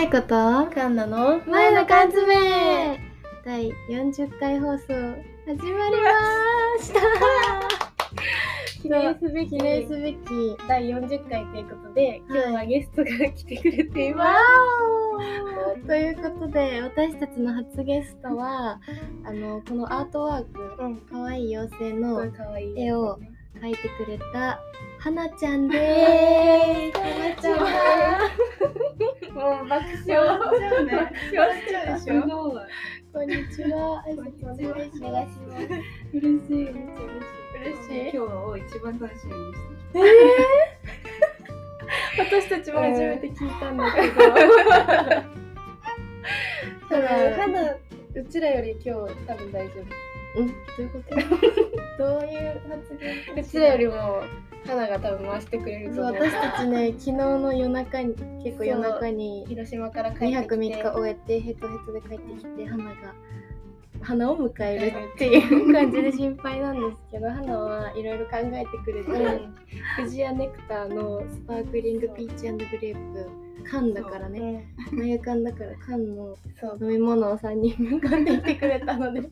いことカンナの前の缶詰第40回放送始まりました記念すべき記念すべき第40回ということで、今日はゲストが来てくれていわます。おということで私たちの初ゲストはあのこのアートワークうん、かわいい妖精すごいの可愛い。絵を描いてくれたはなちゃんでーすちゃんだすもう爆笑笑笑っちゃうでしょ。こんにちは挨こんにちは拶お願いします嬉しい。嬉しい嬉しい。今日を一番楽しみにして私たちも初めて聞いたんだけど。多分たカだナうちらより今日多分大丈うんどういうこと夫。どういう発言？うちらよりもカナが多分回してくれるそとう思う。私たちね昨日の夜中に結構夜中に広島から帰って2き泊て。 3日終えてヘトヘトで帰ってきて花が花を迎えるっていう感じで心配なんですけど花はいろいろ考えてくれてう富士屋ネクターのスパークリングピーチグレープ缶だからねん。眉缶だから缶のそう。飲み物を3人分買ってきてくれたので こ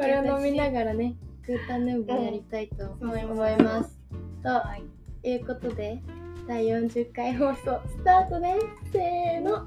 れを飲みながらねグータンヌーボーやりたいと思います。とはいいうことで第40回放送スタートですせーの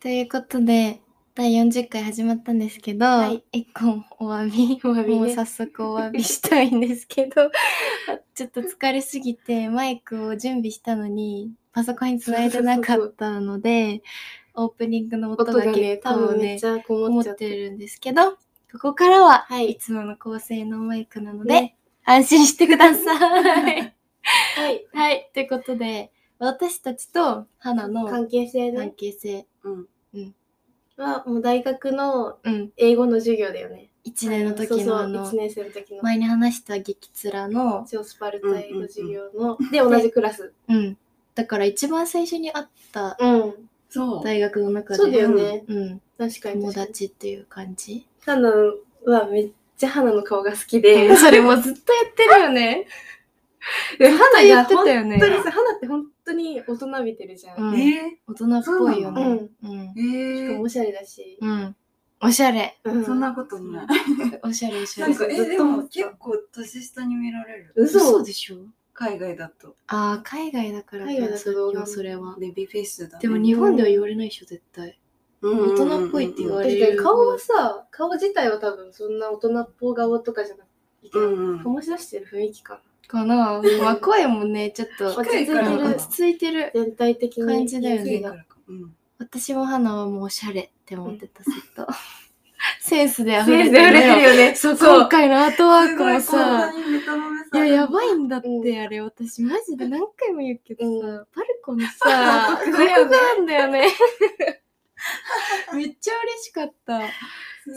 ということで第40回始まったんですけど、はい一個お詫びお詫びねもう早速お詫びしたいんですけど ちょっと疲れすぎてマイクを準備したのにパソコンにつないでなかったのでオープニングの音音だがけね、多多分分ねめっちゃこも思っちゃっっててる。るんですけど、ここからは、、はいいつもの構成のマイクなので、ね安心してください。 はい。はい、ということで、私たちと花の関係性関ね、係性、はもう大学のうん、英語の授業だよね。 1年の時そうのそあうの1、年生の時の前に話した激辛の、超スパルタ英語授業ので同じクラス。うん、だから一番最初に会ったうん。そう。大学の中で、そうだよね。うん、確かに友確かに。達っていう感 じ。カナはめっちゃ花の顔が好きで、それもうずっとやってるよね。でずっ花とが言って本たよね当。にさ、花って本当に大人びてるじゃん。うんえ大人っぽいよそうねなの。うんー、えしかもー、おしゃれだし。うん。おしゃれ。うそんなことない。おしゃれおしゃなれん。か、ずえ、っとでも結構年下に見られる。嘘でしょ海外だと。ああ、海外だから海外だと動画よ、それは。ベビーフェイスだ、ね。でも日本では言われないでしょ、絶対。うん大人っぽいって言われ確るかに顔はさ、顔自体は多分そんな大人っぽい顔とかじゃなくて、うんうん。醸し出してる雰囲気かかなまあ、声もね、ちょっと落落ちち着い着ていてる。落ち着いてるる。な。全体的に。感じだよ低いねからか。うん。私も花はもうおしゃれって思ってた、ずっと。センスで溢セれてンスでる売れてるね。よね。そう、そう今回のアートワークもすごいこんさ、なにベタ褒めいさや、れるやばいんだっうんて、あれ、私、マジで何回も言うけどうさ、パルコの さ、独独特だよね特なんだよ ね。めっちゃ嬉しかった。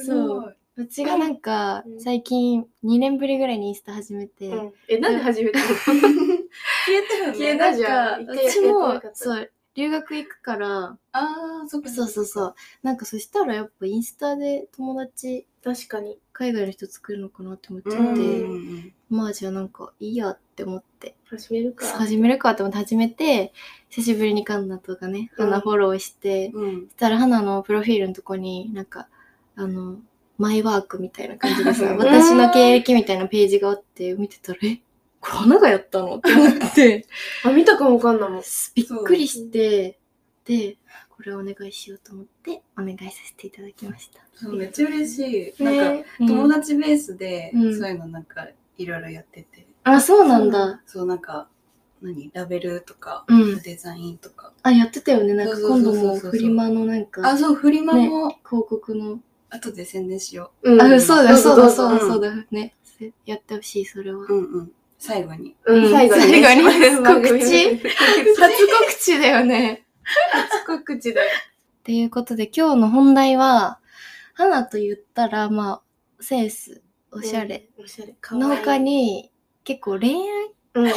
すごい。うちがなんかうん最近2年ぶりぐらいにインスタ始めて、うんえ、なんで始めたの消えたよね。消えなたんじゃかんう一回やっちてこなもかったそう留学行くからああ、そっか。そうそうそうなんかそしたらやっぱインスタで友達 確かに。海外の人作るのかなって思っちゃうんっうて、んうん。まあじゃあなんかいいやって思って始めるか。始めるかと思って始めて久しぶりにカンナとかねうん花フォローして、うんそしたら花のプロフィールのとこになんかあのマイワークみたいな感じでさうん私の経歴みたいなページがあって見てたらえこれ花がやったのって思ってあ、見たかもわかんないもん。びっくりしてでこれをお願いしようと思ってお願いさせていただきましたそうめっちゃ嬉しい。なんか、ね友友達達ベースで、うんそういうのなんか、いろいろやってて。あそうなんそうだそうなんか何ラベルとか、うんデザインとかあやってたよねなんかそう今そうそう度そうもフリマのなんかあそうフリマも、広告の後で宣伝しようんあそうだそうだそうだうんそうだねやってほしいそれ はううんうん最後にうん、最後にね。最後に告知初告知告知だよね初告知だよ。っていうことで今日の本題は花と言ったらまあセンスおしゃれ、うん。おしゃれ。かのわいい。他に結構恋愛うん。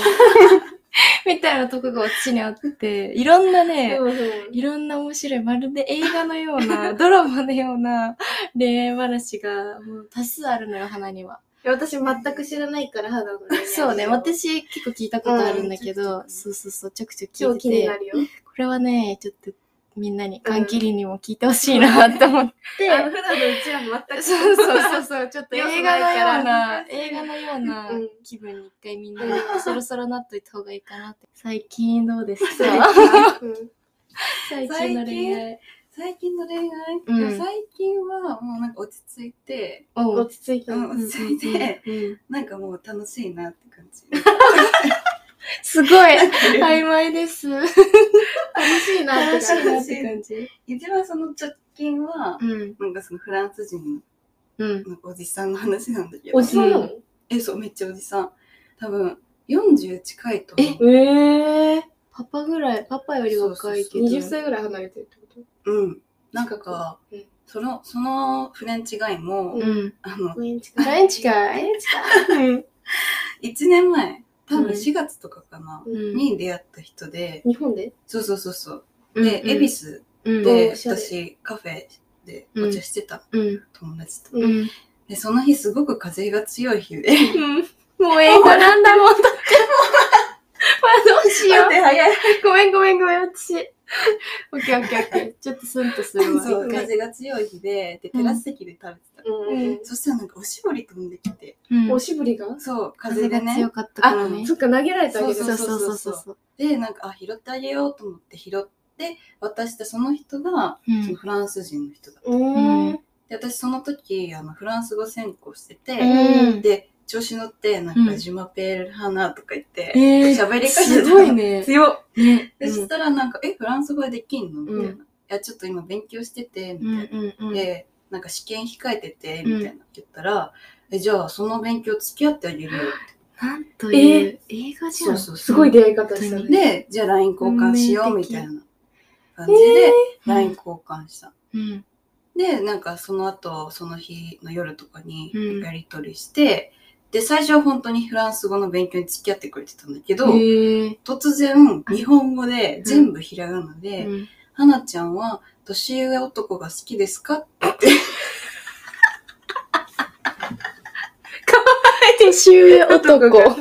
みたいなとこが私にあっていろんなね、そうそういろんな面白いまるで映画の ようなドラマのような恋愛話がもう多数あるのよ花には。や私全く知らないから肌の恋愛そうね、私結構聞いたことあるんだけど、うんそうそうそう、ちょくちょく超聞い気てにて、なるよ。これはね、ちょっとみんなに、缶切りにも聞いてほしいなって思って。あの普段のうちは全く そうそうそうそう、ちょっと要素映な画いのからような、映画のようなうん気分に一回みんな、そろそろなっといた方がいいかなって。最近どうですかうん最近の恋愛。最近の恋愛、うんでも最近はもうなんか落ち着いて、おう落ち着いてうる。ん、落ち着いて、うんうんなんかもう楽しいなって感じ。すごい、曖昧です。楽しいなって楽しい感なじ。って感じ。一番その直近は、うん。なんかそのフランス人うん。のなんかおじさんの話なんだけど。おじさんなのえ、そう、めっちゃおじさん。多分、40近いと思う。ええ。パパぐらい、パパより若いけど。 20歳ぐらい離れてるってことうん。なんかか、うんその、そのフレンチガイも、うん。あの、フレンチフかレンチかいうん。 1年前、多うん分4月とかかな、うんに出会った人で、日本でそうそうそうそう。うんで、恵比寿うんで、おしゃれ私、カフェでお茶してた、うん。友達と。うん。で、その日すごく風が強い日 で。もう英語なん だもん、だって。まあどうしよ待って早い。う。ごめんごめんごめん、私。 オッケーオッケーオッケー。ちょっとスンとするわ。 そう、一回風が強い日で、で、テラス席で食べてた。うんそしたらなんかおしぼり飛んできて、うんおしぼりがそう、風風でがね強。かったからうね。そっか、投げられたわけそだうそそううそうそうそそううそう。で、なんか、あ、拾ってあげようと思って拾って、渡したその人が、うそのん。フランス人の人だった。うーん。で、私その時、あの、フランス語専攻してて、うん。で、調子乗って、なんうか、んジュマペールハナとか言って、え喋、りかけー、たのすごい ね。強っね。で、そしたらなんか、え、フランス語でできんのみたいな。ういや、ちょっと今勉強してて、みうたいんな。うんうん。で、なんか試験控えてて、うんみたいな言ったら、え、じゃあその勉強付き合ってあげるよって。なんという映画じゃん。そうそうそうすごい出会い方したね。で、じゃあ LINE 交換しよう、運命み的たいな感じで、うん LINE 交換した。うん。で、なんかその後、その日の夜とかにうんやり取りして、で、最初は本当にフランス語の勉強に付き合ってくれてたんだけど、へえ。突然日本語で全部ひらがなで、うんはなちゃんは年上男が好きですか年上男男。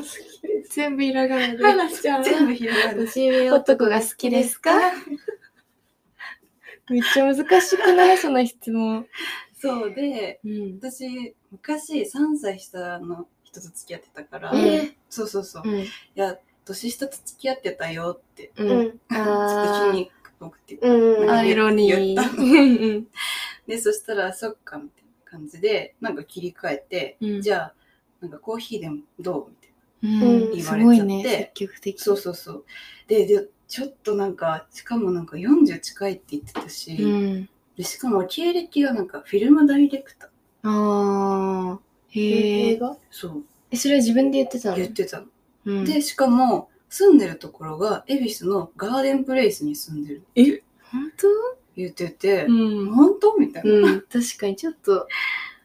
全部いらがなで。花ちゃん。全部ひらがな。年上男が好きですか めっちゃ難しくないその質問。 そうで、うん。私、昔3歳下の人と付き合ってたから、えーそうそうそう。うん。いや、年下と付き合ってたよって、う。うんん。ちょっあーと皮肉っぽくて。うん。アイロニ言ったー。で、そしたら、そっか、みたいな感じで、なんか切り替えて、うんじゃあ、なんかコーヒーでもどうみたいな。うん。言すわれちゃってごいね。積極的。そうそうそう。で、でちょっとなんか、しかもなんか40近いって言ってたし、うん。でしかも経歴がなんかフィルムダイレクター。ああ。へ映え。画そう、えそれは自分で言ってたの言ってたの。うんで、しかも、住んでるところが、恵比寿のガーデンプレイスに住んでるって本当言ってて、ん。本当みたいな。うん。確かにちょっと、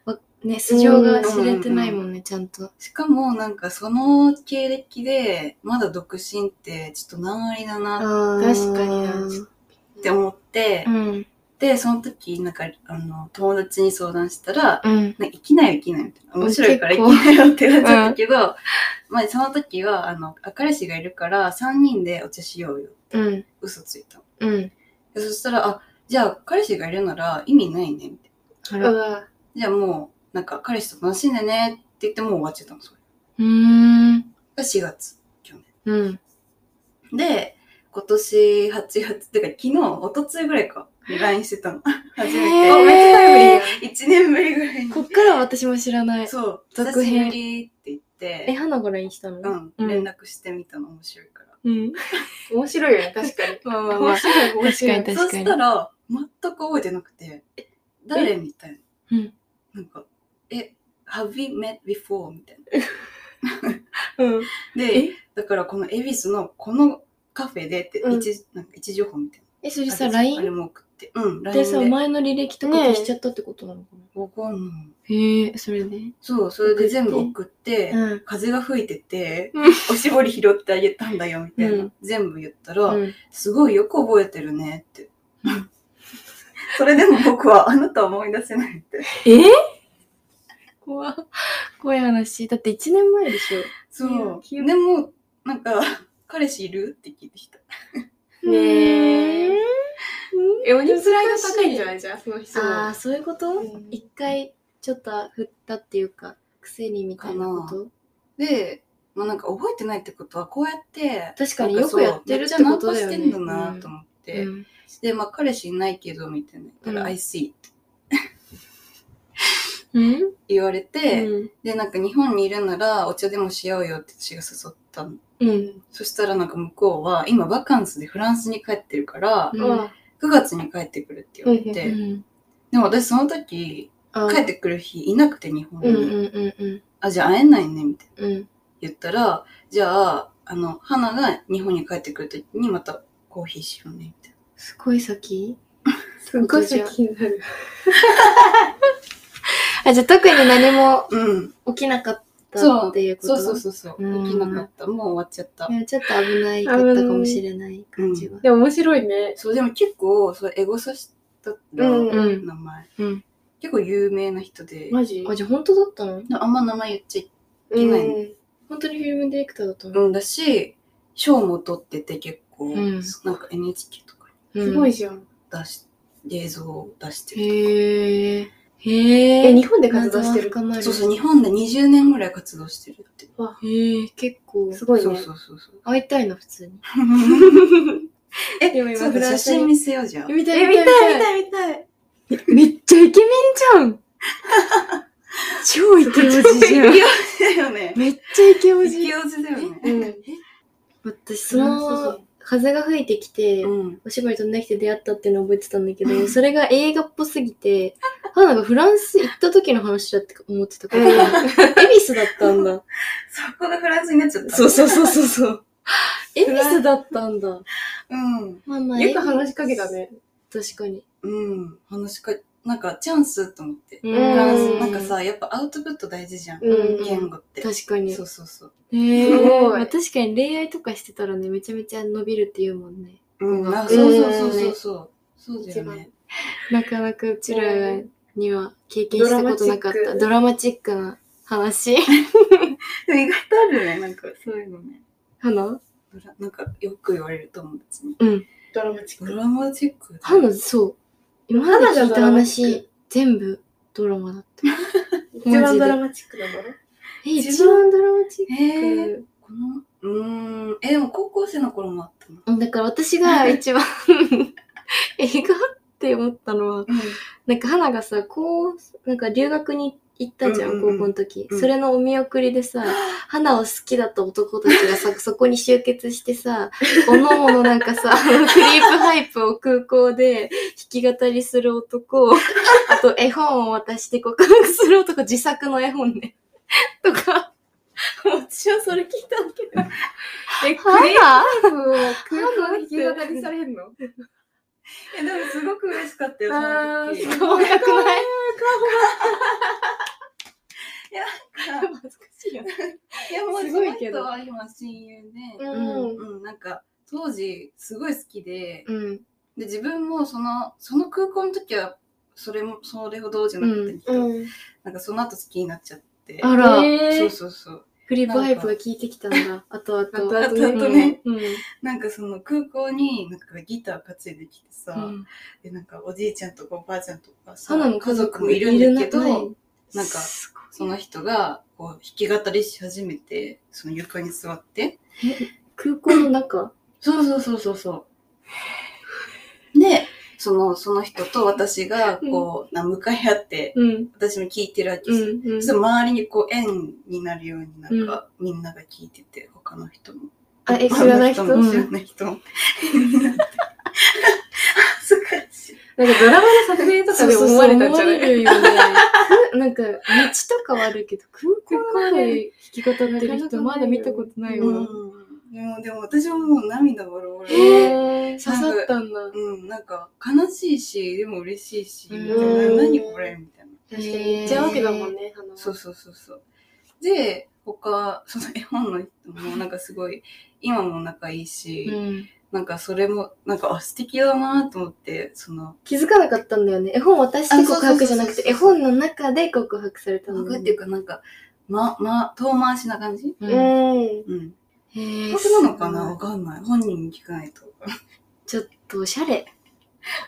わね、素性が知れてないもんね、ちゃんと。しかも、なんかその経歴で、まだ独身って、ちょっと難ありだな確かにな。って思って、うん。で、その時、なんか、あの、友達に相談したら、うん。なんか生きないよ生きないみたいな。ん面白いから結生構きないよってなっちゃったけど、まあその時は、あの、あ彼氏がいるから3人でお茶しようよ。うん。嘘ついたの。うん。でそしたら、あ、じゃあ彼氏がいるなら意味ないね、みたいな。あうら。うわじゃあもう、なんか彼氏と楽しんでねって言ってもう終わっちゃったの、それ。ーん。が4月、去うん。年。で、今年8月、てか昨日、一昨日ぐらいか、に LINE してたの。初へーめて。めっちゃ1年ぶりぐらいに。こっからは私も知らない。そう、続久し編ぶりって言って。え、花が LINE したのうん、連絡してみたの面白いから。うん。面白いよね、確かに。まあままあ白確い、面かにそ確うかしにた。ら、全く覚えてなくて、え誰みたいな。うん。なんか、え、have we met before? みたいな。うん。でえ、だからこの恵比寿のこのカフェでって、うん一時なんか位置情報みたいえ、それな。さ、あれ LINE も送って。うん、で LINE さ、で。前の履歴とか消しちゃったってことなのかなわかんないへえ、それで。そう、それで全部送って、うん。風が吹いててうん、おしぼり拾ってあげたんだよ、みたいな。うん全部言ったら、うん。すごいよく覚えてるね ってうん。それでも僕はあなたを思い出せないって。え怖っぽい話。だって1年前でしょ。そう。記憶でも、なんか、彼氏いるって聞いてきた。ねえうーんえ、お肉ライが高いんじゃないじゃん、その人あの。あ、そういうことうん一回ちょっと振ったっていうか、くせにみたいなことで、まあなんか覚えてないってことは、こうやって、確かによくやってるってことだよねめっちゃナンパしてんだなと思って。うんで、まあ彼氏いないけど、みたいな。だかうら、ん I see ってうん言われて、うんで、なんか日本にいるならお茶でもしようよって私が誘ったの。うんそしたらなんか向こうは、今バカンスでフランスに帰ってるから、ううんん9月に帰ってくるって言われて、うんでも私その時、あ帰ってくる日いなくて日本に、うんうんうんうんあ、じゃあ会えないね、みたいなうん言ったら、じゃあ、あの、花が日本に帰ってくる時にまたコーヒーしようね、みたいな。すごい先すっご い先になる。あじゃあ特に何もうん。起きなかったそうっていうことそうそうそうそう。うんできなかった。もう終わっちゃった。いやちょっと危ないかったかもしれない感じはでも面白いね。そう、でも結構、それエゴサしたら、うんうん名前、うん結構有名な人で、マジあじゃあ本当だったのあんま名前言っちゃいうけないのん。本当にフィルムディレクターだったのうんだし、賞も取ってて結構、んなんか NHK とかすごいじゃん。に出し、映像を出してるとか。へえへええ、日本で活動してる。そうそう、日本で20年ぐらい活動してるって。へえ結構すごいそうね。そうそう そう。会いたいな普通にえ、でも今そうフだ、ラ写ンスに真見せようじゃん。見たえ、見たい見いたい見たい。めっちゃイケメンじゃ ん超イケオジじゃんだよね。めっちゃイケオジ激オジだよね。うん。私その風が吹いてきて、うん。お芝居飛んできて出会ったっていうのを覚えてたんだけど、それが映画っぽすぎて、 花がフランス行った時の話だって思ってたから、う恵比寿だったんだ。そこがフランスになっちゃった。うそうそうそう そう。恵比寿だったんだ。うん。まあまん。あ、よく話しかけたね。恵比寿。確かに。うん。話しか、なんかチャンスと思って。うんフランス、うんなんかさ、やっぱアウトプット大事じゃん。うん言語って。確かに。そうそうそう。へすーごい まあ確かに恋愛とかしてたらね、めちゃめちゃ伸びるって言うもんね。うん。あうんそうそうそうそうそう。そうだよね。なかなかうちらには経験したことなかった。ドラマチックな話。 でも意外とあるね。なんか、そういうのね。花ドラなんか、よく言われると思うんですね。ドラマチッドク。ラマチック。花、そう。今まで聞いた花がドラマチッ話、全部ドラマだった。一番ドラマチックだもん。え、一番ドラマチッへえ。ク。この、うーん。え、でも高校生の頃もあったな。だから私が一番 映画って思ったのは、うん。なんか花がさ、こう、なんか留学に行ったじゃん、うんうんうん高校の時、うんそれのお見送りでさ、花を好きだった男たちがさ、そこに集結してさ、おのおのなんかさ、あのクリープハイプを空港で弾き語りする男、あと絵本を渡して告白する男、自作の絵本ね。 とか、私はそれ聞いたんだけ ど。え、クレイ花プを空港に弾き語りされんのえ、でもすごく嬉しかったよ、そあのー時。す可愛くないい恥ずかしいよね。や、もうすすごごいいけけどど。は今、親友で、ううん。うん、なんか、当時、すごい好きで、うん。で、自分もその、その空港の時は、それも、それほどじゃなかったけど、うん。なんかその後好きになっちゃって。あら、えそうーそうそう。フリップハイプが効いてきたんだ。あとああと。とあとあとあとねね。うん。なんかその空港になんかギター担いできてさ、でなんかおじいちゃんとかおばあちゃんとかさ、花の家族もいるんだけど、ななんかその人がこう弾き語りし始めて、その床に座って。空港の中そうそうそうそうそう。で、その、その人と私がこう、な向かい合って、うん。私も聴いてるわけうさ、ん。そしたら周りにこう円になるようになんか、みんなが聴いてて、他の人も。あ、え、知らない人他のも知うらんない人も。恥ずかしい。なんかドラマの撮影とかでも思われたんじゃなそうそうそう思われいるよね。くなんか、道とかはあるけど、空港で弾き語ってる人まだ見たことないうんわ。。でも、でも私ももう涙ボロボロ。えー、刺さったんだ。うん、なんか悲しいし、でも嬉しいし、うみんたいな何これみたいな。確かに行っちゃうわけだもんね。花はそうそうそうそう。で、他、その絵本の人もなんかすごい、今も仲いいし、うんなんかそれも、なんか、あ、素敵だなと思って、その、気づかなかったんだよね。絵本渡して告白じゃなくて、絵あそうそうそ本うそうの中で告白されたなのんかね。っていうかなんか、ま、ま、遠回しな感じううんへん。うん。え僕なのかなわかんない。本人に聞かないと。ちょっとおしゃれ。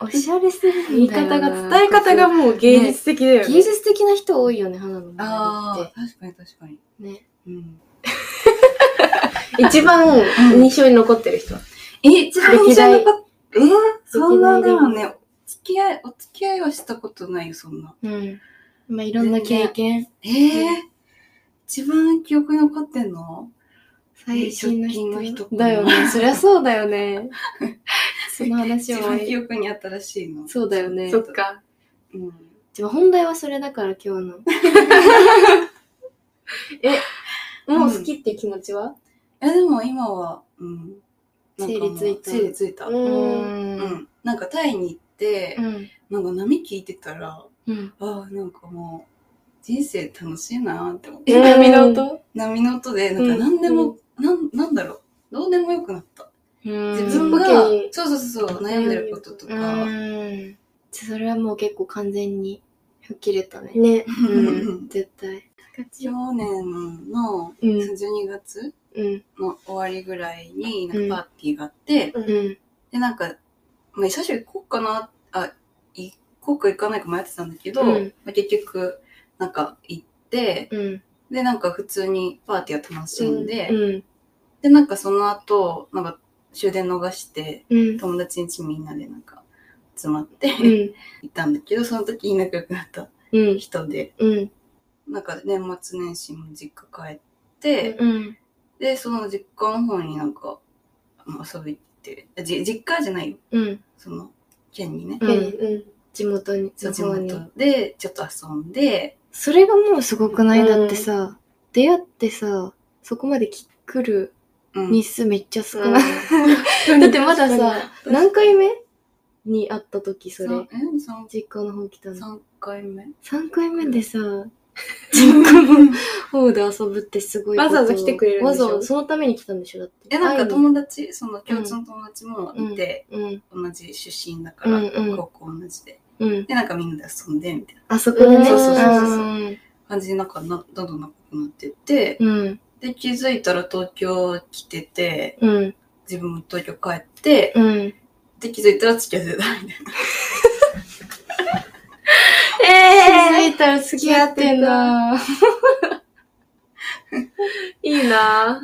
おしゃれすぎる言いんだよ方なが、伝え方がもう芸術的だよね。芸術的な人多いよね、花の周りっああ、確かに確かに。て。ね。うん。一番ん印象に残ってる人は。え、一番印象に残っえー、そんな歴代ででもね、付き合い、お付き合いはしたことないよ、そんな。うん。まあ、いろんな経験。えー、一番記憶に残ってんの最近の直近の人人かなだよね。そりゃそうだよね。その話一は番記憶に新しいの。そうだよねそっ。か。うん。じゃあ本題はそれだから今日の。もう好きって気持ちはえ、でも今は、うん。なんかもう整理ついた整理ついた。う。うん。うんん、なんかタイに行って、うん。なんか波聞いてたら、うん。ああ、なんかもう、人生楽しいなーって思って。うん波の音波の音で、なんかうん何でも、なん、なんだろう。どうでもよくなった。自分がボケに、そうそうそうそう、悩んでることとか、うん。それはもう結構完全に吹っ切れたね。ね。うん。 絶対。去年のう。 12月うん。の終わりぐらいに、なうんんかパーティーがあって、うん。で、なんか、まあ、最初行こうかな、あ、行こうか行かないか迷ってたんだけど、うんまあ、結局、なんか行って、うん。で、なんか普通にパーティーを楽しんで、うん。で、なんかその後、なんか終電逃して、うん。友達ん家みんなでなんか集まって、うん。行ったんだけど、その時仲良くなったうん。人で、うん。なんか年末年始も実家帰って、うん。で、その実家の方になんか、あの遊び行って、あじ実家じゃないよ、うん。その県にね。う。うんん。地元に、そそっちこに。元で、ちょっと遊んで、それがもうすごくないうんだってさ、出会ってさ、そこまで来るうん日数めっちゃ少うんない。だってまだ確かさ、 何回目に会った時そさんれ、え三実家の方来たの。三回目。 3回目でさ、実家の方で遊ぶってすごいこと。わざわざ来てくれるんでしょわざわざそのために来たんでしょだって。え、なんか会いに友達、その共通の友達もいて、うん、同じ出身だから、うんうん高校同じで。うん。で、なんかみんなで遊んで、みたいなあそこでね。そうそうそうそううん感じで、なんかな、どんどん仲良くなってって、うん。で、気づいたら東京来てて、うん。自分も東京帰って、うん。で、気づいたら付き合ってた、みたいな。気えづいたら付き合ってんだ。えいいな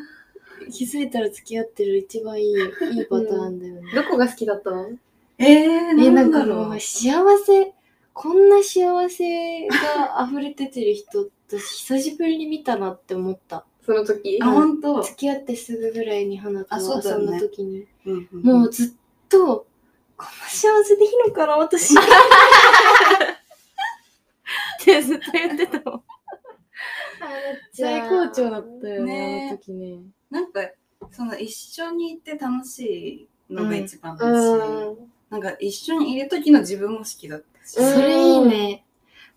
気づいたら付き合ってる一番いい、いいパターンだよね。ぁどこが好きだったのええ、ー、ななんんかだもろうう。幸せ、こんな幸せが溢れ出てる人って久しぶりに見たなって思った。その時あ、。ほんと付。き合ってすぐぐらいに花とあそうだ遊よんねだ時に。うんうんもうずっと、こんな幸せでいいのかな、私。ってずっと言ってたもん。 最高潮だったよね、ねあの時ね。なんか、その一緒にいて楽しいのが一番だし、うん。なんか一緒にいる時の自分も好きだったし。うんそれいいね。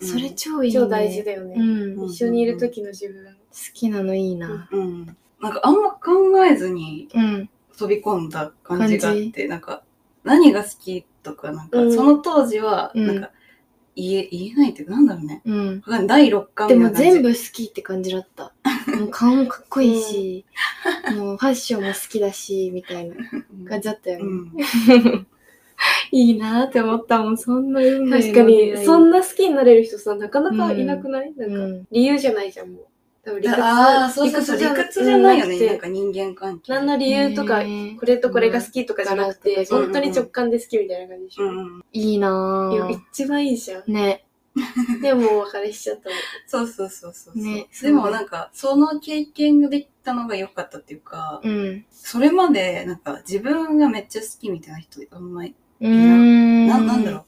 うんそれ超いいね。超大事だようね。ん。好ん一緒にいる時の自分。きなのいいな。うん。なんかあんま考えずにうん。飛び込んだ感じがあっ感て、なんか、何が好きとか、なんかう、んその当時は、うんなんか、言え、言えないっていうか、なんだろうね。うん。わかんない第六感でみたもいな感じ。全部好きって感じだ った。もう顔もかっこいいし、もうファッションも好きだし、みたいな感じだったよね。うん。いいなーって思ったもん、そんな運確かに、そんな。な好きになれる人さ、なかなかいなくない、うなんか、ん。理由じゃないじゃん、もう。多分理屈。ああ、そうそうそう、理屈じゃないよね。なんくてか人間関係。何の理由とか、ねこれとこれが好きとかじゃなくて、うん本当に直感で好きみたいな感じでしうょ。んうん。いいないやー一番いいじゃん。ね。でも、お別れしちゃったもん。そうそうそうそう。ねでもなんか、その経験ができたのが良かったっていうか、うん。それまで、なんか、自分がめっちゃ好きみたいな人、あんまり、うななんだろ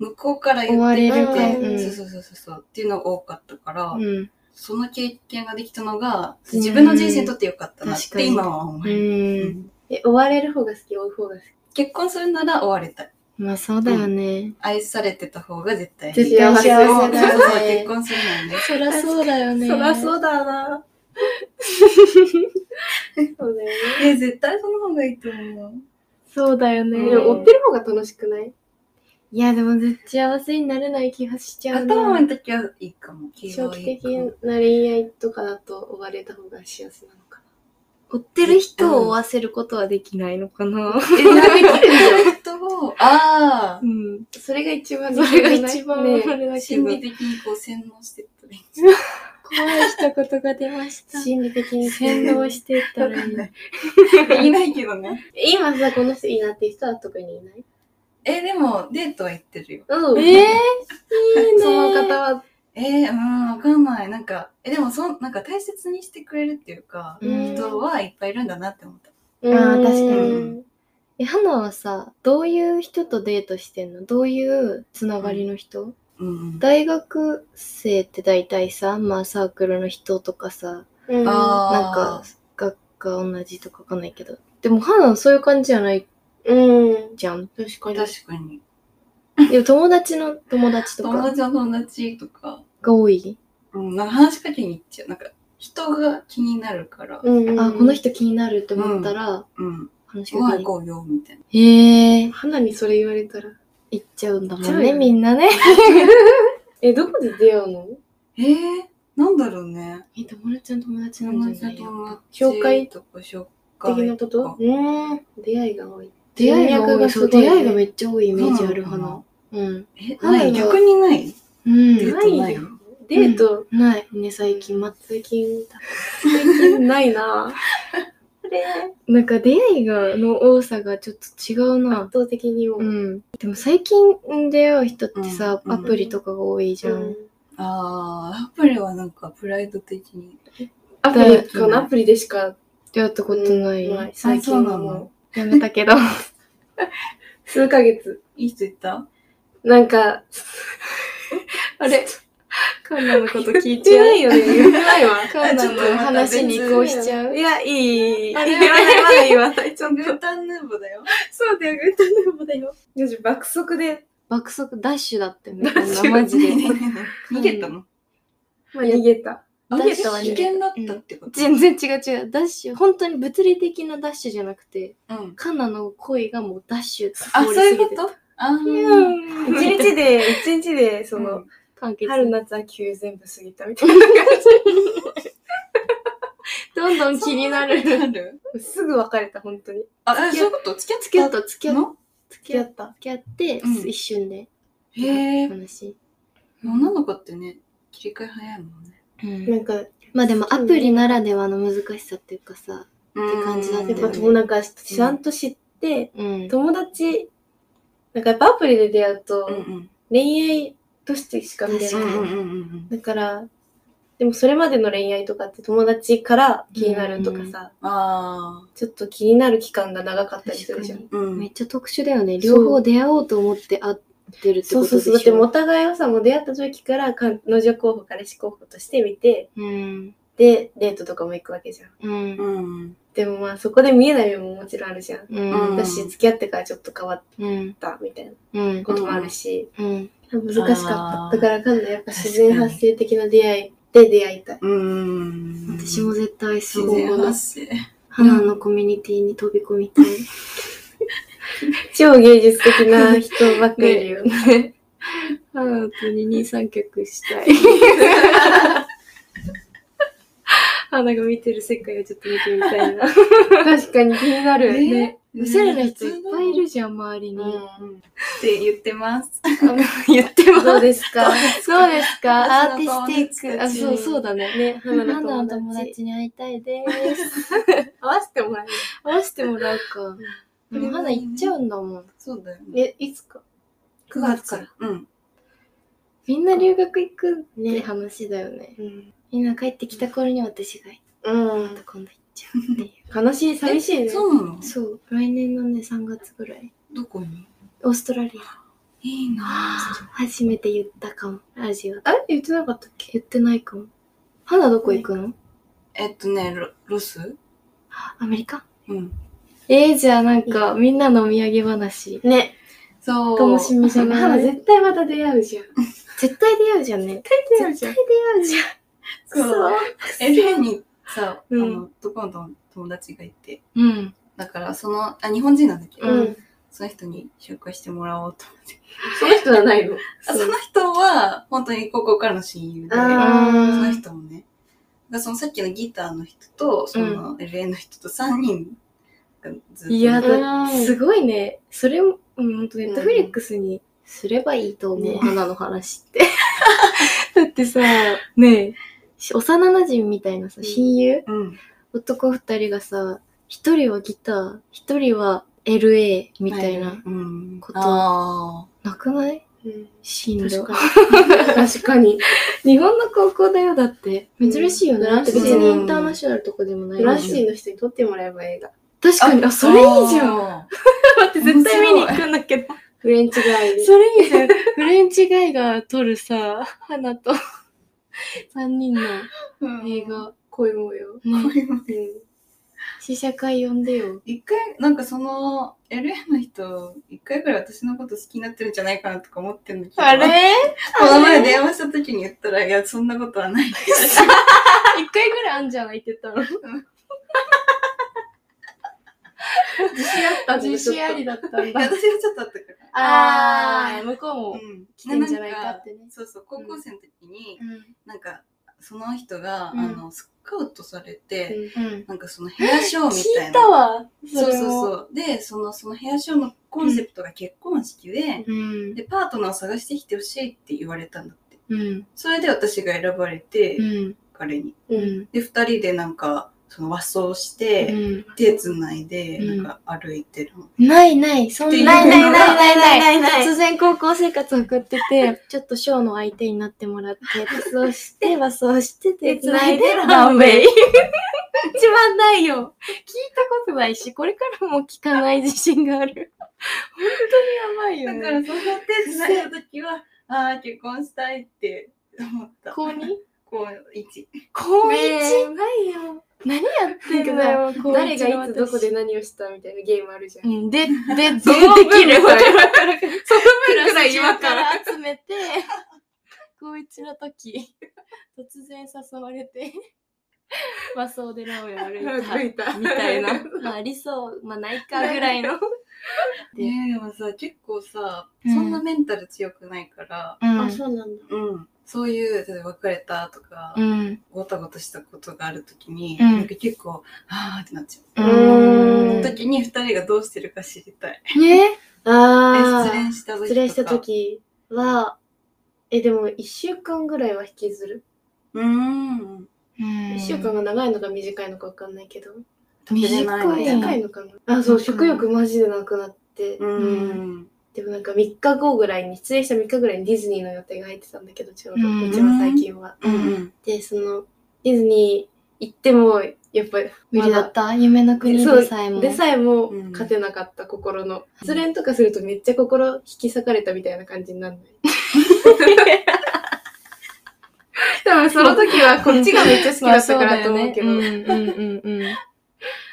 う。向こうから言って追われるきかうんて、そうそうそうそうそう、っていうのが多かったから、うん。その経験ができたのが、うん自分の人生にとってよかったなっ確かてに今は思うえる。ん。え、追われる方が好き、追う方が好き。結婚するなら追われたい。まあそうだよね。愛されてた方が絶対いい。絶対幸せだよねそうそう結婚するならね。そりゃそうだよね。そりゃう。そうだな。そうだよね。いや、絶対その方がいいと思う。そうだよね。でも追ってる方が楽しくないいいや、でも絶対幸せになれない気がしちゃうな。頭の時はいいかも。長期的な。な恋愛とかだと追われた方が幸せなのかな。追ってる人を追わせることはできないのかな。え、投げ切る人を、あ うん。それが一番それが一番あれだあ、け心ど。理的にこう洗脳してったらいいんじ怖い一言が出ました。心理的 に洗脳していっゃたないらいい。 わかんない。いないけどね。今さ、この人いいなっていう人は特にいないえ、でも、デートは行ってるよ。うん。ええいいね。その方は、えー、うん、わかんない。なんか、え、でも、そん、なんか大切にしてくれるっていうか、うん人はいっぱいいるんだなって思った。うあー確かに。え、花はさ、どういう人とデートしてんのどういうつながりの人、うん。大学生って大体さ、まあサークルの人とかさ、うんあーなんか、学科同じとかわかんないけど。でも、花はそういう感じじゃないうん。じゃ ん。確かに。確かに。でも、友達の友達と友か達の友達とか、が多い。うん、なんか話しかけに行っちゃう。なんか、人が気になるから、うんうん、あ、この人気になるって思ったら、うん、話しごかけ飯行て。こうよ、みたいな。へえ、花にそれ言われたら。行っちゃうんだもん行っちゃうね、よみんなね。え、どこで出会うのえー、なんだろうね。え、友達の友達な友んじ達ゃなのいよ。友達紹介とか紹介的なことかうん。出会いが多い。出会いが人脈多い、がそうすごいね出会いがめっちゃ多いイメージある、そうなの花。うん。え、ない花が逆にないうん。デートないのデート、ないね、最近、ま、最近、最近ない ななんか出会いが、の多さがちょっと違うな圧。倒的にもう。うん。でも最近出会う人ってさ、うんアプリとかが多いじゃん。ああ、アプリはなんかプライド的に。アプリかなアプリでしか出会ったことない。うん最近あはそうなのもやめたけど。う数ヶ月。いい人いたなんか、あれ カンナのこと聞い言ってないよね。言ってないわ。カンナの話に移行しちゃう。いいや、いい。や、言わない、まだ言わない。ちょっと。グータンヌーボだよ。 そうだよ、グッドヌーボだよ。よし、爆速で、爆速ダッシュだってね、こんマなジマジでで。。 逃げたのまあ、逃げた。ダッシュは危ね険だったってこと全然違う違う。ダッシュ、本当に物理的なダッシュじゃなくて、うん。カンナの恋がもうダッシュってあ、通そりういう過こぎてとあー一日で、一日で、その、完結。春夏秋冬全部過ぎたみたいな感どんどん気になる。なるじ。 すぐ別れた、本当に。あ、えそういうこと付き合っ付き合った、付きた合っの付付きき合合っった。付き合って、うん一瞬でへえ。話。女の子ってね、切り替え早いもんね。うんなんか、やまあでもアプリならではの難しさっていうかさ、って感じだったよっねぱ友なんか、ちゃんと知って、うん、友達、なんかやっぱアプリで出会うとうん、うん。恋愛としてしか見れうなんい。うんうんうん。だから、でもそれまでの恋愛とかって友達から気になるとかさ、うんああ。ちょっと気になる期間が長かったりするじゃん確。うめっん。ちゃ特殊だよね。両方出会おうと思って会ってるってこそとうそうでしそょう。だってもうお互いはさ、もう出会った時から彼女候補、彼氏候補として見て、うん。で、デートとかも行くわけじゃん。うん。うん。でもまあそこで見えない面ももちろんあるじゃん。うん。私付き合ってからちょっと変わっうん。たみたいなうん。こともあるし、うん。難しかあっーた。だからかんない。やっぱ自然発生的な出会いで出会いたい。うん。私も絶対そ自う然かな。発生。花のコミュニティに飛び込みたい。超芸術的な人ばっかりいるよ ね。花と二人三脚した い。花が見てる世界をちょっと見てみたいな。確かに気になる。ね。おしゃれな人いっぱいいるじゃん、 周りに。うん。って言ってます。言ってます。どうです かそうですか。アー私テの友ィス達ティック。たあ、ちそう、そうだね。ね、花花のの友友達。達に会いたい です。合わせてもらえる会わせてもらうか。でも花行っちゃうんだもん。そうだよね。え、いつか。 9月から。うん。みんな留学行くってね話だよね。うん。みんな帰ってきた頃に私が行っうんた。今度行っちゃうってい悲しい、寂しいね。そうなのう。そう、来年のね、3月ぐらい。どこにオーストラリア。いいな初めて言ったかも。ラジオで。あれ言ってなかったっけ言ってないかも。花どこ行くのえっとね、ロロスアメリカうん。えー、じゃあなんか、みんなのお土産話。ね。そう。楽しみじゃない花絶対また出会うじゃん。絶対出会うじゃんね。出会うじゃん。会うじゃん。そう。LA にさ、あうんの、どこの友達がいて。うん。だから、その、あ、日本人なんだけど、うん。その人に紹介してもらおうと思って。その人じゃないの。あその人は、本当に高校からの親友で、そーの人もね、がそのさっきのギターの人と、その LA の人と3人がずっと。いや、だうんすごいね。それも、うん、ほんと、ネットフリックスにすればいいと思う、ね花の話って。 だってさ、ねえ、し幼馴染みたいなさ、親友、うん。男二人がさ、一人はギター、一人は LA みたいな、うん。ことあなくないうんしんど確。かに。確かに。日本の高校だよ、だって。珍しいよね。うんだって別にインターナショナルとかでもないフのラにッシーの人に撮ってもらえば映画。確かに、あ、ーそれいいじゃん。ん。待って、絶対見に行くんだけど。フレンチガイで。それいいじゃん。フレンチガイが撮るさ、花と 3人の映画。恋模様。ね、うん。試写会呼んでよ。一回、なんかその、LA の人、一回ぐらい私のこと好きになってるんじゃないかなとか思ってんだけど。 この前電話した時に言ったら、いや、そんなこと はないです。一回ぐらいあんじゃん、言ってたの。自信あったんだ自信あり。だったんいやだ。私はちょっとあったから。あー、向こうもん、来てんじゃないかってねなんかそうそう高校生の時に、うなんかその人が、うんあのスカウトされて、ん。なんかそのヘアショーみた聞いいなたわ。そうそうう。そうでそのそのヘアショーのコンセプトが結婚式で、うん。でパートナーを探してきてほしいって言われたんだってうん。それで私が選ばれて、うん。彼にううん。ん。で2人でなんかその和装して、うん。手つないで、うんなんか歩いてるのないない、そんな。ないないないないないないない突然高校生活送ってて、ちょっとショーの相手になっても らって、そうして、はそうしてて、手繋いでランウェイ。一番ないよ。聞いたことないし、これからも聞かない自信がある。本当にやばいだかよね。らその手つないだ時はああ結婚したいって思った高二こう一高一やばいよ。何やってんだよ。なんかさ誰がいつどこで何をしたみたいなゲームあるじゃん。うんで、で、で、できその分る。わかるその分くらい今からクラス中集めて、高一の時、突然誘われて、和装でラオヤ歩いたた。みたいな。まあ、ありそう、まあ、ないかぐらいの。でねえでもさ結構さ、うんそんなメンタル強くないから、うあ、そうなんだ。うん、そういう例えば別れたとか、ん。ごたごたしたことがある時に、うんなんか結構あーってなっちゃう、うんその時に2人がどうしてるか知りたい、ねえあ失恋した時とか失恋した時は、え、でも1週間ぐらいは引きずる。うーん一1週間が長いのか短いのか分かんないけど。短い短いのかなあ、そう、食欲マジでなくなって。うーんでもなんか3日後ぐらいに、失礼した3日ぐらいにディズニーの予定が入ってたんだけど、ちょうど、うんうちの最近は。うんうんで、その、ディズニー行っても、やっぱり無理だった夢の国そうでさえも。でさえもうん勝てなかった、心の。失恋とかするとめっちゃ心引き裂かれたみたいな感じに なるのよ。多分その時はこっちがめっちゃ好きだったからと思うけど。まあそうだよねうんうんうんうん。で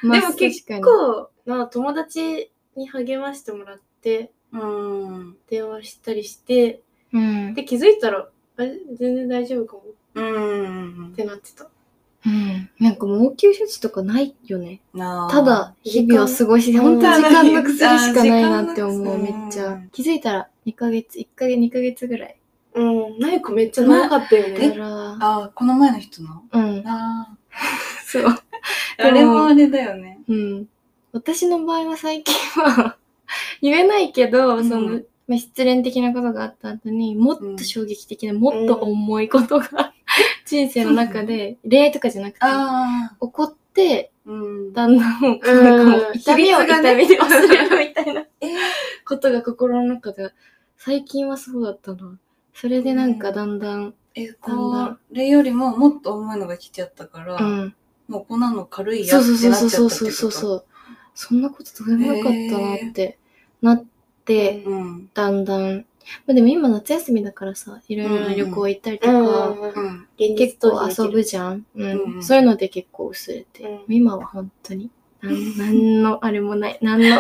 まあも結確か構な友達に励ましてもらってうーん電話したりして、にうん。で気づいたら、あれ全然大丈夫かもうーんってなってた。うん。なんかもう応急処置とかないよね。なあただ、日々を過ごして、時間本当時間の薬しうんかないなって思う、時め間のっちゃ薬。気づいたら、2ヶ月、1ヶ月、2ヶ月ぐらい。うん、ない子めっちゃ長かったよだね。から、あーこの前の人のうん。あそう。ああれもあれだよねうん。私の場合は最近は、 言えないけど、うんその、まあ失恋的なことがあった後にもっうとん衝撃的な、もっと重いことが、人生の中で、恋愛とかじゃなくて、ああ起こって、うんだんだん、なんか痛みを比率がね痛みで忘れるみたいなえーことが心の中で、最近はそうだったな。それでなんかだんだん、え、なんだこれよりももっと重いのが来ちゃったから、うん。もうこんなの軽いやそうっそうてなっちそゃうったってそこうとそうそうそう。そんなことどうでもよかったなって、なって、うん。だんだん。まあでも今夏休みだからさ、いろいろな旅行行ったりとか、うん。結構遊ぶじゃん、うんうんそういうので結構薄れて、うん今は本当に なん何のあれもない何の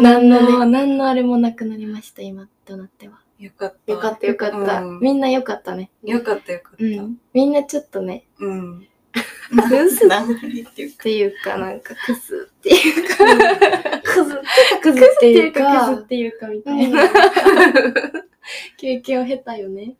何の、何のあれもなくなりました今となってはよかった。よかった よかった。うんみんな良かったね、よかったよかった。みんなちょっとねうん。クズっ 何割っていうか。ていうか、なんかクズっていうか、クズ、クズっていうクズかっ、ていうかみたういんな経験を経たよね。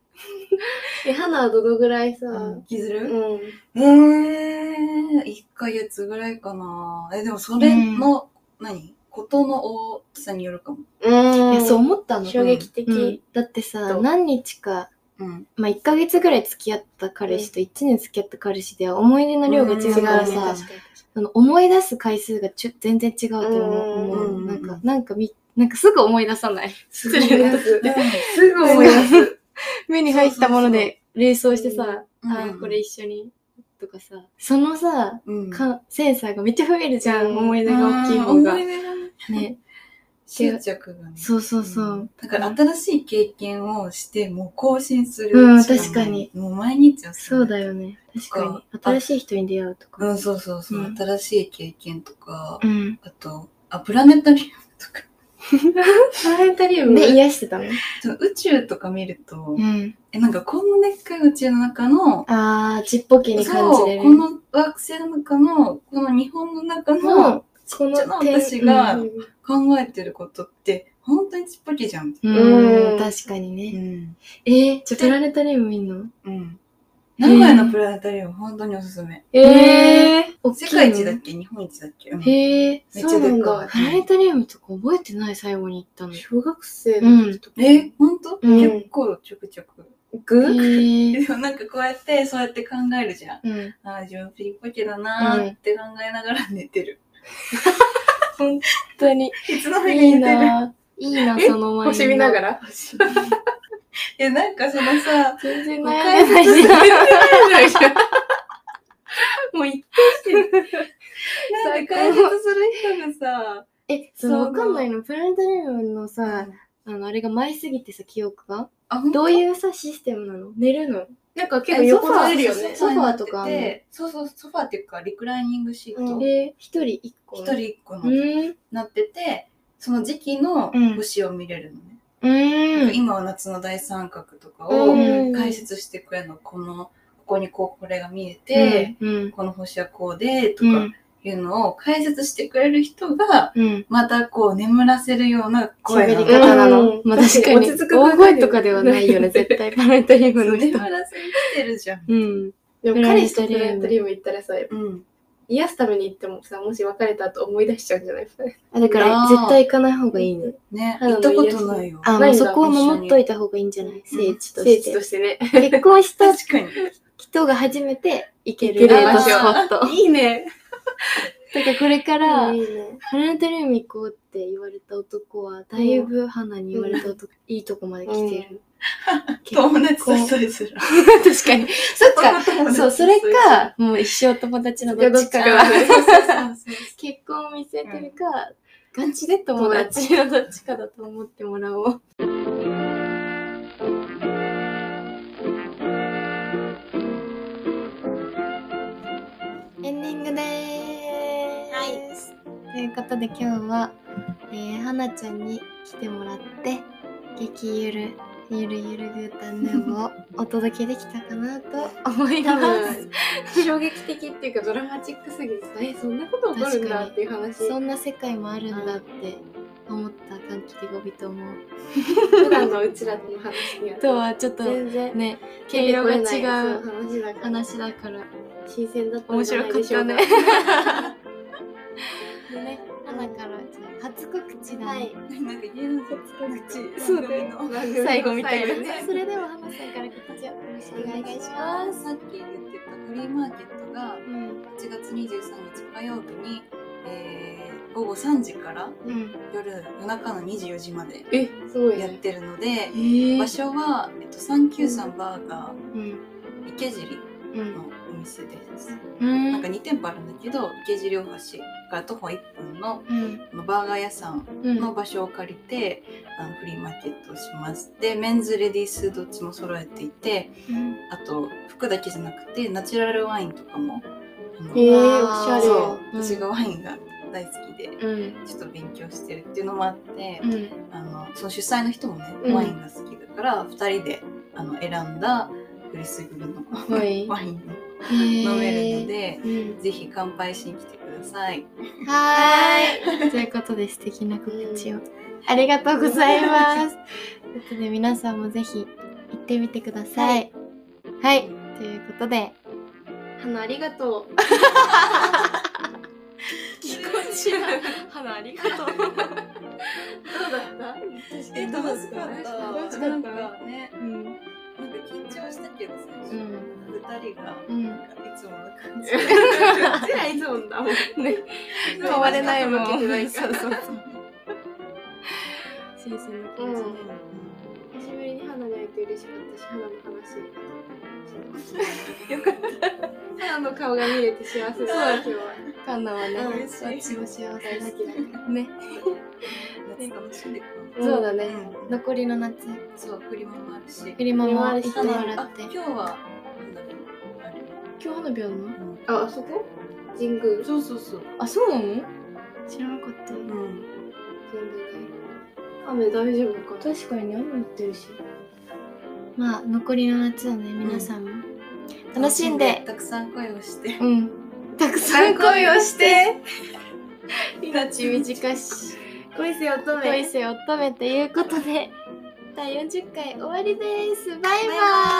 え、花はどのぐらいさ、気づうるん。えー、1ヶ月ぐらいかな。え、でもそれの、何ことの大きさによるかも。うんいや、そう思ったの。衝撃的。うんだってさ、どう何日かうん。まあ、1ヶ月ぐらい付き合った彼氏と1年付き合った彼氏では思い出の量が違うからうん違うねさ、確その思い出す回数がちょ全然違うと思う。うんうんなんうかん、なんかみ、なんかすぐ思い出さない。すぐ思い出す。すぐ思思いい出出すす。目に入ったもので連想してさ、うんあうあ、んこれ一緒に、とかさ、そのさ、うん。かセンサーがめっちゃ増えるじゃうん、ん思い出が大きいあー方が思。い出がねね。執着がね。そうそうそう。だから新しい経験をして、もう更新する。うん確かに。もう毎日はそうだよ。よね。確そかっにか。新しい人に出会うとうか。ん、そうそうそう。うん新しい経験とか、うん。あと、あ、プラネタリウムとか。プラネタリウムで、癒してたのその宇宙とか見ると、うん。え、なんかこんなでっかい宇宙の中の、ああ、ちっぽけに感じそれう、る。この惑星の中の、この日本の中の、の、この私うがん考えてることって、本当にちっぽけじゃん。う、うんん確かにね。ん。えー、じゃあプラネタリウム見んのうん。名古屋のプラネタリウム、本当におすすめ。えー、大きいの世界一だっけ日本一だっけ、うんへえ。めっちゃでっそうかないん。プラネタリウムとか覚えてない最後に行ったの。小学生の時とか。え、ほんと、うん結構ちょくちょく。グーへえ。でもなんかこうやって、そうやって考えるじゃん。うん。ああ、自分ピンポケだなーって考えながら寝てる。本当に。いつの間にかいい寝てる。なぁ。いいな、えその 前に。星見なが。らいや、なんかそのさ、全然悩んでないし。 もういなんか解説する人がさ、え、そのわかんないの。プラネタリウムのさ、あの、あれが前すぎてさ、記憶が。あ、ほんどとういうさ、システムなの寝るの なんか結え構横座れるよそうね。そうそうソファーとかあんのでそうそう、ソファーっていうか、リクライニングシーえト。ー、一人一個。一人一個の、うん。なってて、その時期の星を見れるのね。うん。今は夏の大三角とかうをん解説してくれるの。この、ここにこう、これが見えて、うん。この星はこうで、とうかん。いうのを解説してくれる人が、うん。またこう、眠らせるような声喋なりの。方なの。うんまあ確かに。落ち着く大声とかではないよね、絶対。パラメタリウムの眠人。らせてるじゃん。うん。でプもラネ彼氏タとリウプムラネタリウム行ったらさ、うん。癒すために行ってもさ、もし別れた後思い出しちゃうんじゃないあだから、絶対行かない方がいいね。ね、花行っのたことないよ。あ、もなういんだそこを守っといた方がいいんじゃない聖地と聖地とししてね。て。結婚した確かに。人が初めて行け行るけデるート場ス所ポット。いいね。だからこれから、いいね。パラメタリウム行こうって言われた男は、だいぶ花に言われた男、いいとこまで来てる。 友達誘いする。確かに。そっか。友達そう、それか、もう一生友達のどっちかどっちがか。そうそうそうそう結婚を見据えてるか、ガチで友達のどっちかだと思ってもらおう。エンディングでーす。はい。ということで今日は、えー、はなちゃんに来てもらって、激ゆる、ゆるゆるグータンヌーボーをお届けできたかなと思い多ます。分、 衝撃的っていうかドラマチックすぎてさ、え、そんなこと起こるんだっていう話。そんな世界もあるんだって思った歓喜でごびと思う普段のうちらの話には。 とはちょっと全然。ね毛色が違う話だから話だから新鮮だった面んじゃ白ないかっでしょたうねか。でね花からじゃあ初告知だ、はい。なんか芸能人口そうだよ番組の最後みたいな最後ねねそれでは花さんから告知をよろしくお願いします、さっき言ってたフリーマーケットがうん8月23日火曜日に、えー午後3時からうん夜夜中の24時までえ、すごいやっね。てるのでえ、ー場所は、えっと、393バーガうんー池尻うのんお店です。うんなんか2店舗あるんだけど池尻大橋から徒歩1分のうんあのバーガー屋さんうんの場所を借りて、あのフリーマーケットをしますでメンズレディースどっちも揃えていてうんあと服だけじゃなくてナチュラルワインとかもあのえー、わーおしゃれ。そううん私がワインが大好きでうんちょっと勉強してるっていうのもあって、うんあのその主催の人もね、うんワインが好きだから2人であの選んだフリスグリのはいワインを飲飲めるの。で、うんぜひ乾杯しに来てください。はーい。ということで素敵な告知を、ありがとうございます。ということで皆さんもぜひ行ってみてください。はい。ということで、花ありがとう。既婚者花ありがとう。どうだったえ、楽しかった。楽しかったなんかね、うん。なんか緊張したけど最初、う二、ん人がなんかうん。いつもの感 じ。うちらいつもだもん。ね、変われないもん。そうそうそう。新鮮な感じで。久しぶりに花に会えて嬉しかったし、花の話。よかった。花の顔が見れて幸せだ今日は。カンナはね、うん私も幸せだ大好きだかからね。夏楽しんでくる。ら。そうだね。うん残りの夏、そう、クリマもあるし。フリマも行ってあもらって今。日は、なんだろうあれ今日花火あんのあ、あそこ神宮。神そうそうそう。あ、そうなの知らなかった。うん。宮だよ。雨大丈夫かな確かにね、雨降ってるし。まあ、残りの夏はね、皆さんも楽しんで、たくさん恋をして。うん。たくさん恋をして、 命短し。恋せ乙女恋せ乙女ということで第40回終わりですバイバイ